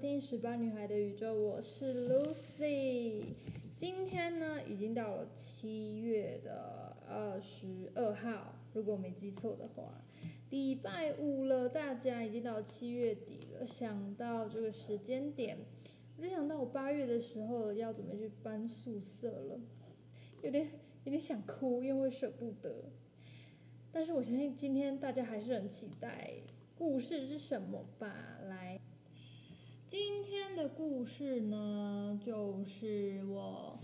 听《十八女孩的宇宙》，我是 Lucy。今天呢，已经到了七月的二十二号，如果我没记错的话，礼拜五了，大家已经到七月底了。想到这个时间点，我就想到我八月的时候要准备去搬宿舍了，有点有点想哭，因为会舍不得。但是我相信今天大家还是很期待故事是什么吧？来，今天的故事呢，就是我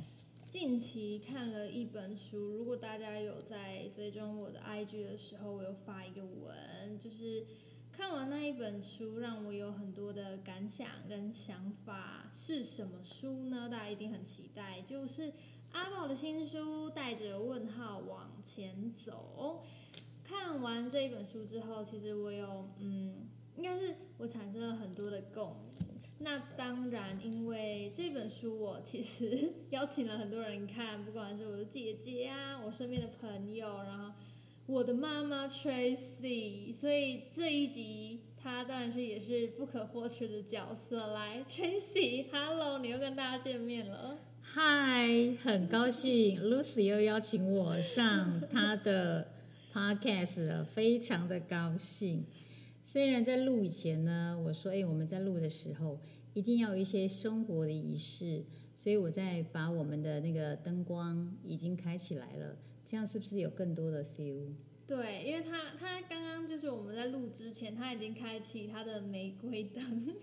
近期看了一本书。如果大家有在追踪我的 IG 的时候，我有发一个文，就是看完那一本书，让我有很多的感想跟想法。是什么书呢？大家一定很期待，就是阿宝的新书《带着问号往前走》。看完这一本书之后，其实我有嗯，应该是我产生了很多的共鸣。那当然，因为这本书我其实邀请了很多人看，不管是我的姐姐啊，我身边的朋友，然后我的妈妈 Tracy，所以这一集她当然是也是不可或缺的角色。来，Tracy，Hello，你又跟大家见面了。嗨，很高兴 Lucy 又邀请我上她的 podcast 了，非常的高兴。虽然在录以前呢，我说，哎、我们在录的时候一定要有一些生活的仪式，所以我在把我们的那个灯光已经开起来了，这样是不是有更多的 feel？对，因为他他刚刚就是我们在录之前，他已经开启他的玫瑰灯，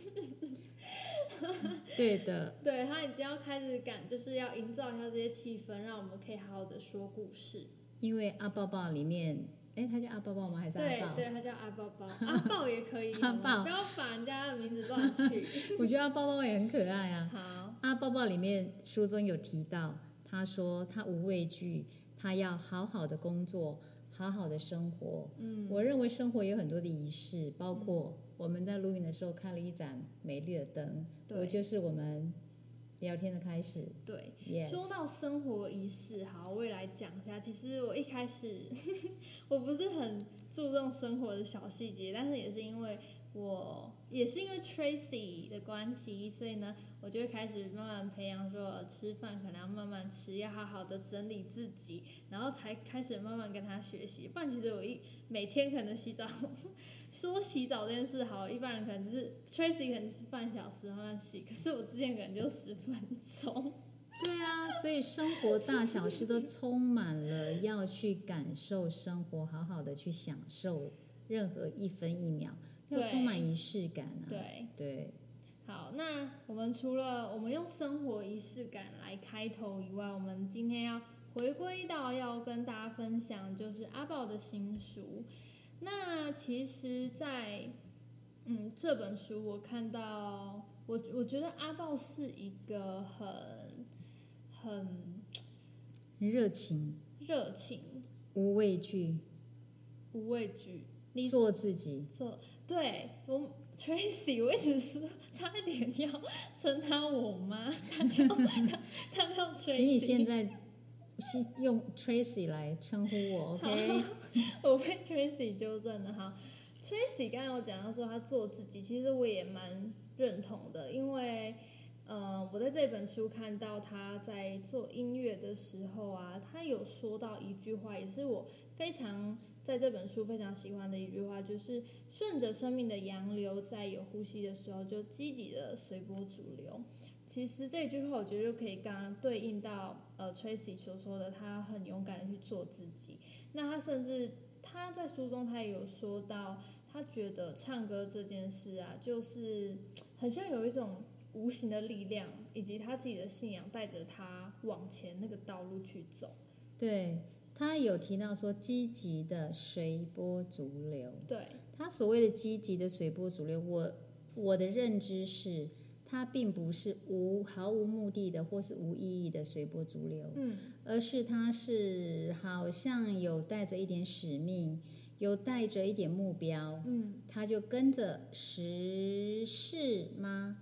对的，对他已经要开始感，就是要营造一下这些气氛，让我们可以好好的说故事。因为阿抱抱里面，哎、他叫阿抱抱吗？还是对阿抱？对，他叫阿抱 抱，阿抱也可以，阿抱不要把人家的名字乱 取。我觉得阿抱抱也很可爱啊。好，阿抱抱里面书中有提到，他说他无畏惧，他要好好的工作，好好的生活。嗯，我认为生活有很多的仪式，包括我们在录影的时候开了一盏美丽的灯，对我就是我们聊天的开始。对 Yes，说到生活仪式，好，我也来讲一下。其实我一开始 我不是很注重生活的小细节，但是也是因为我也是因为 Tracy 的关系，所以呢，我就会开始慢慢培养说，呃吃饭可能要慢慢吃，要好好的整理自己，然后才开始慢慢跟他学习。不然其实我一每天可能洗澡， 说洗澡这件事好了，一般人可能就是 Tracy 可能就是半小时慢慢洗，可是我之前可能就十分钟。对啊，所以生活大小事都充满了要去感受生活，好好的去享受任何一分一秒，要对充满仪式感啊。对，对。好，那我们除了我们用生活仪式感来开头以外，我们今天要回归到要跟大家分享，就是阿豹的新书。那其实在，嗯这本书，我看到我我觉得阿豹是一个很很热情、热情、无畏惧，无畏惧。你做自己。做对我 Tracy，我一直说差一点要 称她我妈，她叫她她叫 Tracy。请你现在是用 Tracy 来称呼 我，OK？我被 Tracy 纠正了哈。Tracy 刚才有讲到说他做自己，其实我也蛮认同的，因为呃，我在这本书看到他在做音乐的时候啊，他有说到一句话，也是我非常在这本书非常喜欢的一句话，就是顺着生命的洋流，在有呼吸的时候就积极的随波逐流。其实这句话我觉得就可以刚刚对应到呃 Tracy 所说的，他很勇敢的去做自己。那他甚至他在书中他也有说到，他觉得唱歌这件事啊，就是很像有一种无形的力量，以及他自己的信仰带着他往前那个道路去走。对他有提到说积极的随波逐流。对，他所谓的积极的随波逐流，我我的认知是，他并不是无毫无目的的或是无意义的随波逐流。嗯，而是他是好像有带着一点使命，有带着一点目标，嗯，他就跟着时事吗？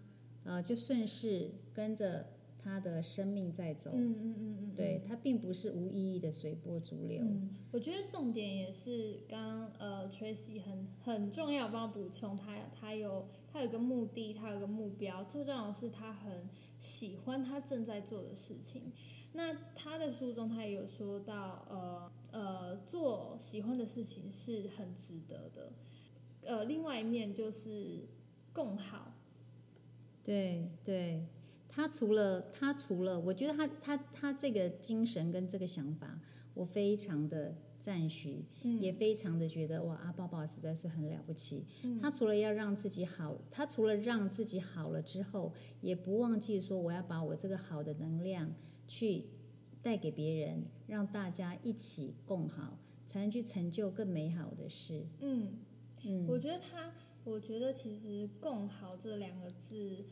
呃，就顺势跟着他他的生命在走，嗯嗯嗯嗯，对，它并不是无意义的随波逐流。嗯，我觉得重点也是刚刚呃，Tracy 很很重要，帮我补充，他他有他有一个目的，他有一个目标，最重要的是他很喜欢他正在做的事情。那他在书中他也有说到，呃呃，做喜欢的事情是很值得的。呃，另外一面就是共好，对对，他除了他除了，我觉得他他他这个精神跟这个想法，我非常的赞许，嗯也非常的觉得哇，阿宝宝实在是很了不起。嗯他除了要让自己好，他除了让自己好了之后，也不忘记说我要把我这个好的能量去带给别人，让大家一起共好，才能去成就更美好的事。嗯。嗯，我觉得他，我觉得其实“共好”这两个字，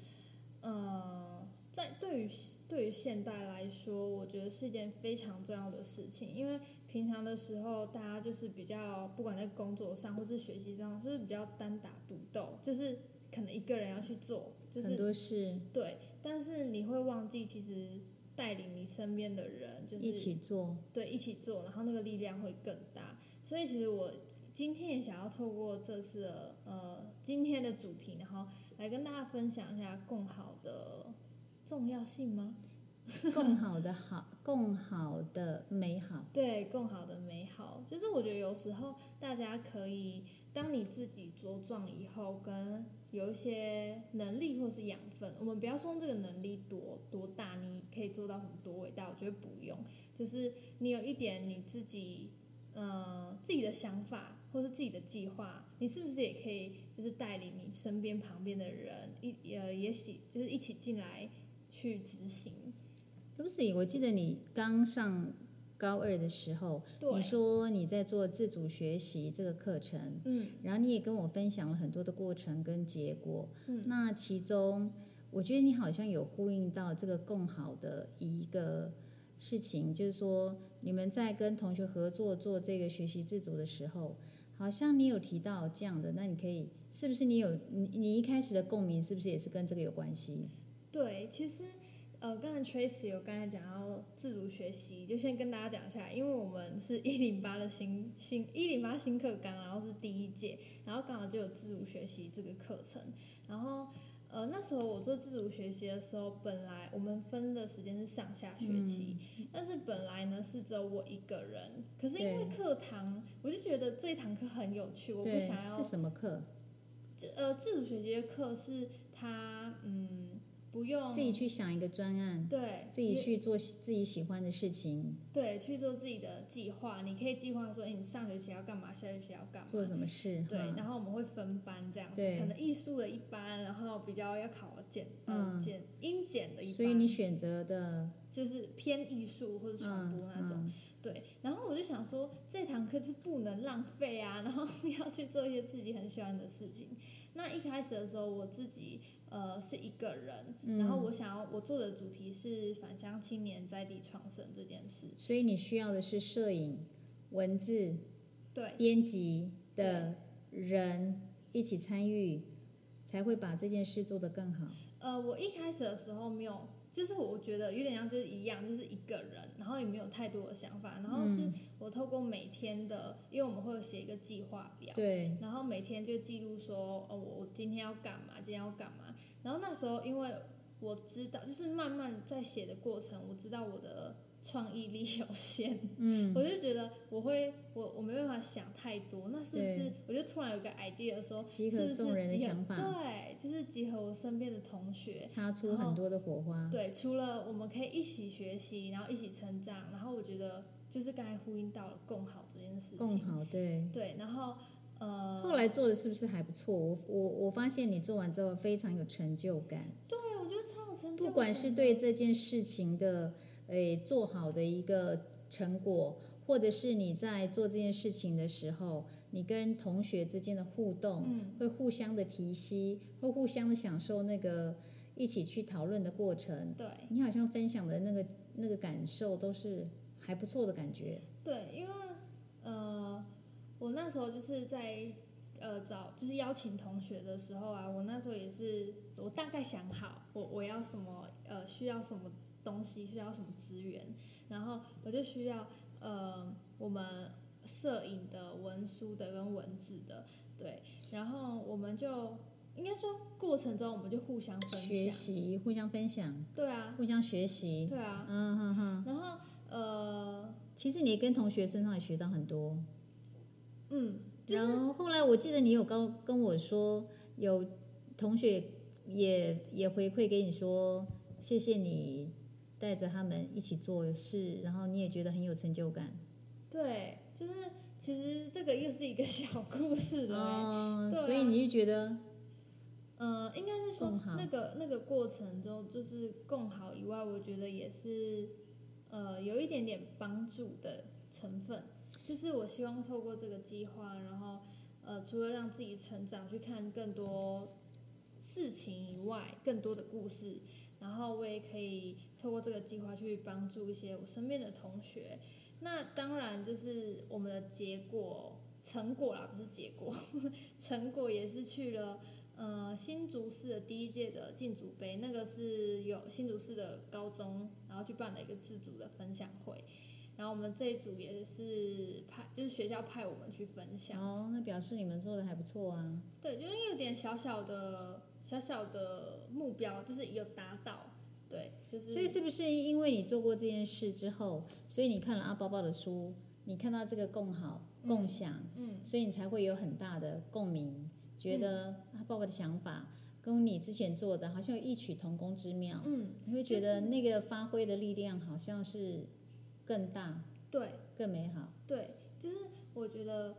呃，在对于对于现代来说，我觉得是一件非常重要的事情。因为平常的时候，大家就是比较，不管在工作上或是学习上，就是比较单打独斗，就是可能一个人要去做，就很是多事对。但是你会忘记，其实带领你身边的人，就是一起做，对，一起做，然后那个力量会更大。所以其实我今天也想要透过这次的呃今天的主题，然后来跟大家分享一下共好的重要性吗？更好的好，更好的美好。对，更好的美好，就是我觉得有时候大家可以，当你自己茁壮以后，跟有一些能力或是养分，我们不要说这个能力多多大，你可以做到什么多伟大，我觉得不用，就是你有一点你自己，呃，自己的想法或是自己的计划，你是不是也可以就是带领你身边旁边的人一呃，也许就是一起进来去执行， Lucy，我记得你刚上高二的时候，对，你说你在做自主学习这个课程，嗯然后你也跟我分享了很多的过程跟结果。嗯那其中，我觉得你好像有呼应到这个更好的一个事情，就是说你们在跟同学合作做这个学习自主的时候，好像你有提到这样的，那你可以是不是你有你你一开始的共鸣是不是也是跟这个有关系？对，其实呃，刚才 Tracy 有刚才讲到自主学习，就先跟大家讲一下，因为我们是一零八的新新一零八新课纲，然后是第一届，然后刚好就有自主学习这个课程，然后。呃，那时候我做自主学习的时候，本来我们分的时间是上下学嗯期，但是本来呢是只有我一个人，可是因为对课堂，我就觉得这堂课很有趣，我不对，想要是什么课？这呃自主学习的课是它嗯不用自己去想一个专案。对自己因为去做自己喜欢的事情，对去做自己的计划，你可以计划说，哎、你上学期要干嘛，下学期要干嘛，做什么事，对，哈然后我们会分班这样子，对可能艺术的一班，然后比较要考简呃嗯简英简的一班，所以你选择的就是偏艺术或者传播那种，嗯对。然后我就想说，这堂课是不能浪费啊，然后 要去做一些自己很喜欢的事情。那一开始的时候，我自己呃是一个人，嗯然后我想要我做的主题是返乡青年在地创生这件事，所以你需要的是摄影、文字、对。编辑的人一起参与，才会把这件事做得更好。呃，我一开始的时候没有，就是我觉得有点像就是一样，就是一个人，然后也没有太多的想法，然后嗯是我透过每天的，因为我们会有写一个计划表，对，然后每天就记录说，哦，我我今天要干嘛，今天要干嘛。然后那时候因为我知道，就是慢慢在写的过程，我知道我的创意力有限，嗯， 我就觉得我会，我我没办法想太多，那是不是对我就突然有个 idea 说，集是合不众是人的集合想法，对，就是集合我身边的同学。擦出很多的火花。对，除了我们可以一起学习，然后一起成长，然后我觉得就是刚才呼应到了共好这件事更情。好，对。对，然后呃，后来做的是不是还不错？我我我发现你做完之后非常有成就感。对我觉得超有成就感的，不管是对这件事情的诶做好的一个成果，或者是你在做这件事情的时候，你跟同学之间的互动，嗯会互相的提息，会互相的享受那个一起去讨论的过程。对你好像分享的那个那个感受都是还不错的感觉。对，因为呃，我那时候就是在呃找就是邀请同学的时候啊，我那时候也是我大概想好我我要什么呃需要什么东西，需要什么资源，然后我就需要呃我们摄影的、文书的跟文字的，对，然后我们就应该说过程中我们就互相分学享，习，互相分享，对啊，互相学习。对啊，嗯哼哼，然后呃其实你也跟同学身上也学到很多。嗯，就是然后后来我记得你有跟跟我说，有同学也也回馈给你说，谢谢你带着他们一起做事，然后你也觉得很有成就感。对，就是其实这个又是一个 小故事了欸、哦，对啊所以你就觉得呃，应该是说嗯共好那个那个过程中，就是共好以外，我觉得也是呃有一点点帮助的成分。就是我希望透过这个计划，然后呃，除了让自己成长，去看更多事情以外，更多的故事，然后我也可以透过这个计划去帮助一些我身边的同学。那当然，就是我们的结果成果啦，不是结果， 成果也是去了。呃，新竹市的第一届的进组杯，那个是有新竹市的高中，然后去办了一个自主的分享会，然后我们这一组也是派，就是学校派我们去分享，哦，那表示你们做的还不错啊。对，就是有点小小的小小的目标，就是有达到，对，就是所以是不是因为你做过这件事之后，所以你看了阿包包的书，你看到这个共好嗯共享，嗯所以你才会有很大的共鸣，觉得嗯阿包包的想法跟你之前做的好像有异曲同工之妙，嗯，你会觉得那个发挥的力量好像是更大、对，更美好。对，就是我觉得，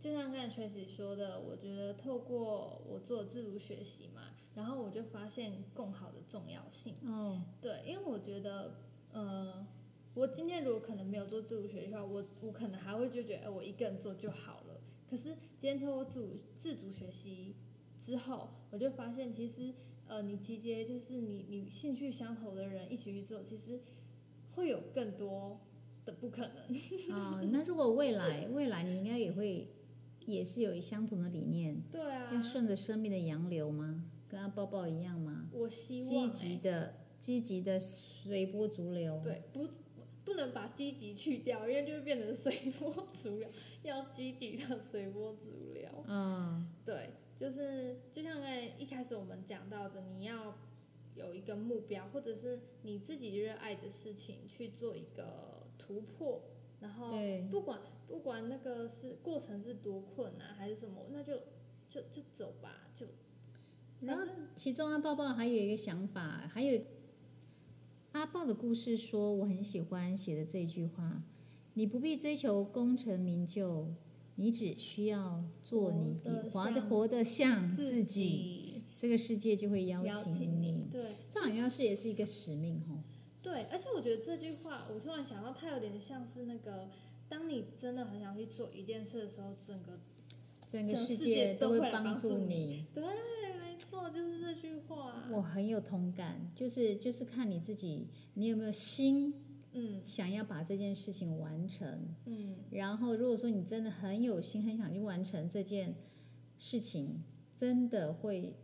就像刚才 Tracy 说的，我觉得透过我做自主学习嘛，然后我就发现共好的重要性。哦，对，因为我觉得，呃，我今天如果可能没有做自主学习的话，我我可能还会就觉得，哎、我一个人做就好了。可是今天透过自主自主学习之后，我就发现其实，呃，你集结就是你你兴趣相投的人一起去做，其实会有更多的不可能。啊、那如果未来 未来你应该也会也是有相同的理念，对啊，要顺着生命的洋流吗？跟阿包包一样吗？我希积望、极欸、的、积极的随波逐流。，对不不能把积极去掉，因为就会变成随波逐流，要积极的随波逐流。嗯，对，就是就像在一开始我们讲到的，你要有一个目标，或者是你自己热爱的事情去做一个突破，然后对，不管不管那个是过程是多困难还是什么，那就就就走吧，就然后反正其中阿抱抱还有一个想法，还有阿抱的故事说，我很喜欢写的这句话：你不必追求功成名就，你只需要做你自己，活活得得像活得像自自己，这个世界就会邀邀请请你。对。这好像是也是一个使命哦。对，而且我觉得这句话，我突然想到，它有点像是那个，当你真的很想去做一件事的时候，整个整个整世世界界都会会来帮助助你啊你，对，没错，就是这句话。我很有同感，就是就是看你自己，你有没有心嗯想要把这件事情完成。嗯，然后，如果说你真的很有心，很想去完成这件事情，真的会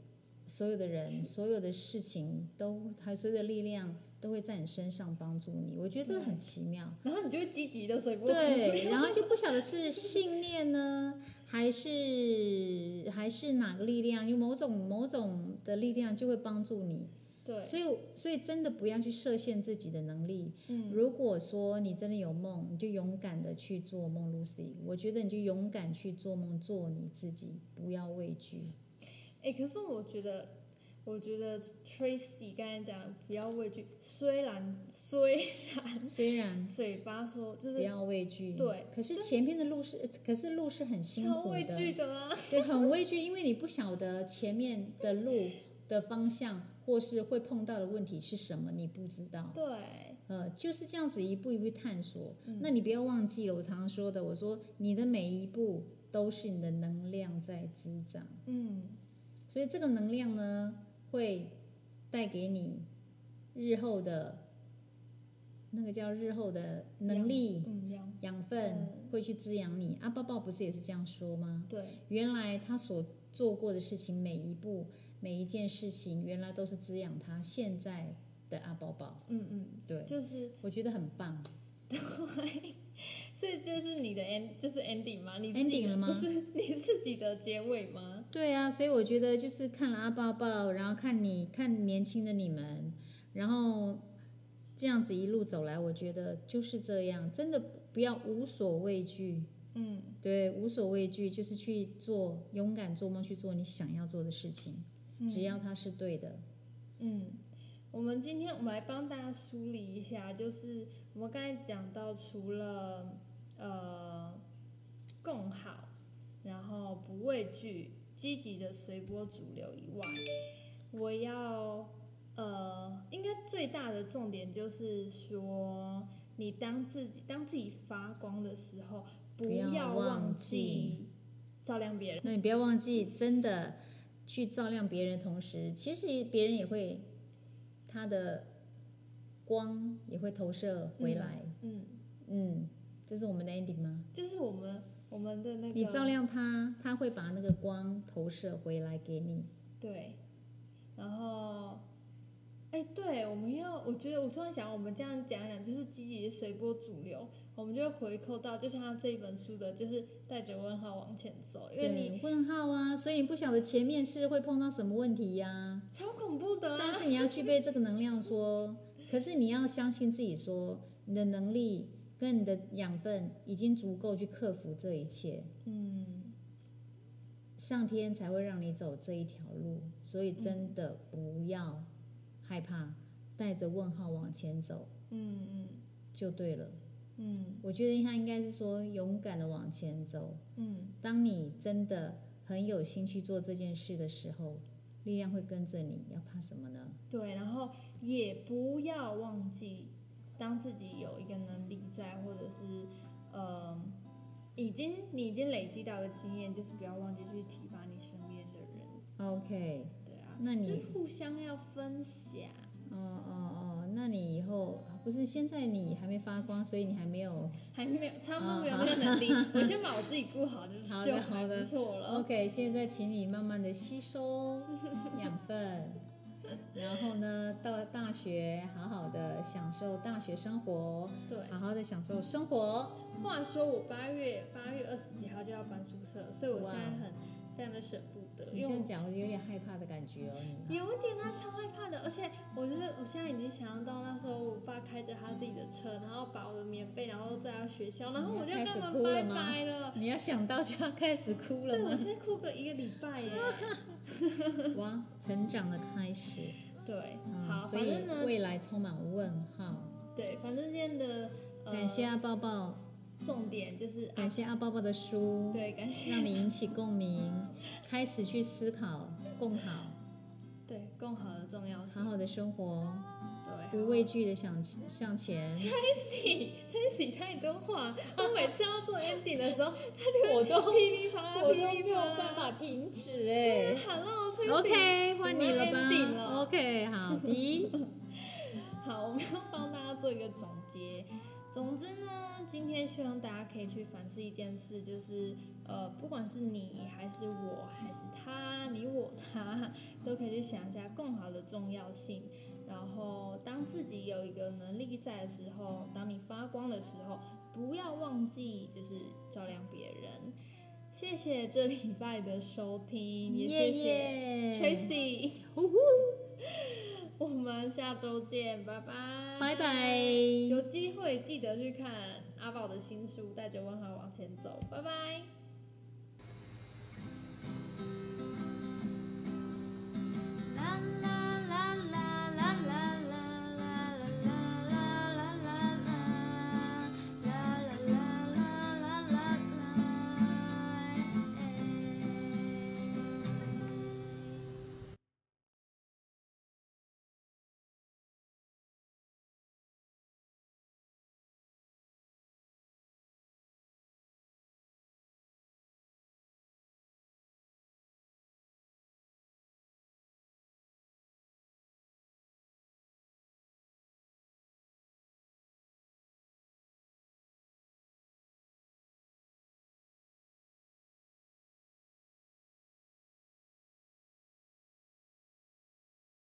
所有的人、所有的事情都，还有所有的力量都会在你身上帮助你。我觉得这个很奇妙。然后你就会积极的随波逐对，流。然后就不晓得是信念呢，还是还是哪个力量，有某种某种的力量就会帮助你。 对，所以，所以真的不要去设限自己的能力。嗯，如果说你真的有梦，你就勇敢的去做梦，Lucy。我觉得你就勇敢去做梦，做你自己，不要畏惧。哎、可是我觉得，我觉得 Tracy 刚才讲不要畏惧，虽然虽然虽然嘴巴说就不是要畏惧，对可是前面的路是，可是路是很辛超苦畏惧的，的啊，对，很畏惧，因为你不晓得前面的路的方向，或是会碰到的问题是什么，你不知道。对，呃，就是这样子一步一步探索。嗯那你不要忘记了，我常常说的，我说你的每一步都是你的能量在滋长，嗯，所以这个能量呢，会带给你日后的那个叫日后的能力、嗯，要养分嗯，会去滋养你。啊阿抱抱不是也是这样说吗？对，原来他所做过的事情，每一步、每一件事情，原来都是滋养他现在的阿宝宝，嗯嗯，对就是我觉得很棒。所以这是你的 end，这是 ending 吗？你自 ending 己的了吗不是 你自己的结尾吗？对啊，所以我觉得就是看了阿抱抱，然后看你看年轻的你们，然后这样子一路走来，我觉得就是这样，真的不要无所畏惧。嗯，对，无所畏惧就是去做，勇敢做梦，去做你想要做的事情，嗯只要它是对的。嗯，我们今天我们来帮大家梳理一下，就是我们刚才讲到，除了呃共好，然后不畏惧，积极的随波逐流以外，我要呃，应该最大的重点就是说，你当自己当自己发光的时候，不不要要忘忘记记照亮别人。那你不要忘记，真的去照亮别人的同时，其实别人也会他的光也会投射回来。嗯，嗯，这是我们的 ending 吗？就是我们我们的那个你照亮它，它会把那个光投射回来给你。对，然后，哎，对，我们要，我觉得我突然想，我们这样讲一讲，就是积极的随波逐流，我们就会回扣到，就像他这一本书的，就是带着问号往前走，因为你对，问号啊，所以你不晓得前面是会碰到什么问题呀、超恐怖的啊但，是你要具备这个能量说，可是你要相信自己说，你的能力跟你的养分已经足够去克服这一切， 嗯，上天才会让你走这一条路。所以真的不要害怕，带着问号往前走嗯嗯就对了。嗯我觉得他应该是说勇敢的往前走。嗯，当你真的很有心去做这件事的时候，力量会跟着你。要怕什么呢？对，然后也不要忘记，当自己有一个能力在，或者是，呃。已经，你已经累积到的经验，就是不要忘记去提拔你身边的人。 ？OK，对啊，那你就是互相要分享。哦哦哦，那你以后啊不是现在你还没发光，所以你还没有还没有，差不多没有那个能 力。我先把我自己顾好，就是啊好的就好还的哦不错了。 OK。现在请你慢慢的吸收养分， 然后呢，到大学好好的享受大学生活，对，好好的享受生活。话说我八月八月二十几号就要搬宿舍，所以我现在很非常的舍不得，你因这样为讲，我嗯有点害怕的感觉哦。你有一点他超害怕的，而且我就是我现在已经想象到那时候我爸开着他自己的车，然后把我的棉被然后载到学校，然后我就你要跟他开始们哭了拜吗拜了。你要想到就要开始哭了对，我吗？现在哭个一个礼拜 耶。哇，成长的开始。对，嗯，好，所反以正呢，未来充满问号。对，反正今天的呃感谢阿抱抱，重点就是啊感谢阿抱抱的书，对，感谢。让你引起 共鸣，开始去思考共好，对，共好的重要好性。好的生活，对，不畏惧的向向前。 Tracy Tracy 太多话，我每次要做 ending 的时候，他就我都会噼里啪啦，我噼都里没有啪啦。办法停止对哎、 ，Hello Tracy。 OK，换你了我们 ending 吧。了 OK，好 的。好，我们要帮大家做一个总结。总之呢，今天希望大家可以去反思一件事，就是呃，不管是你还是我还是他，你我他，都可以去想一下更好的重要性。然后，当自己有一个能力在的时候，当你发光的时候，不要忘记就是照亮别人。谢谢这礼拜的收听，也谢谢耶耶 Tracy，我们下周见，拜拜，拜拜。有机会记得去看阿宝的新书《带着问号往前走》，拜拜。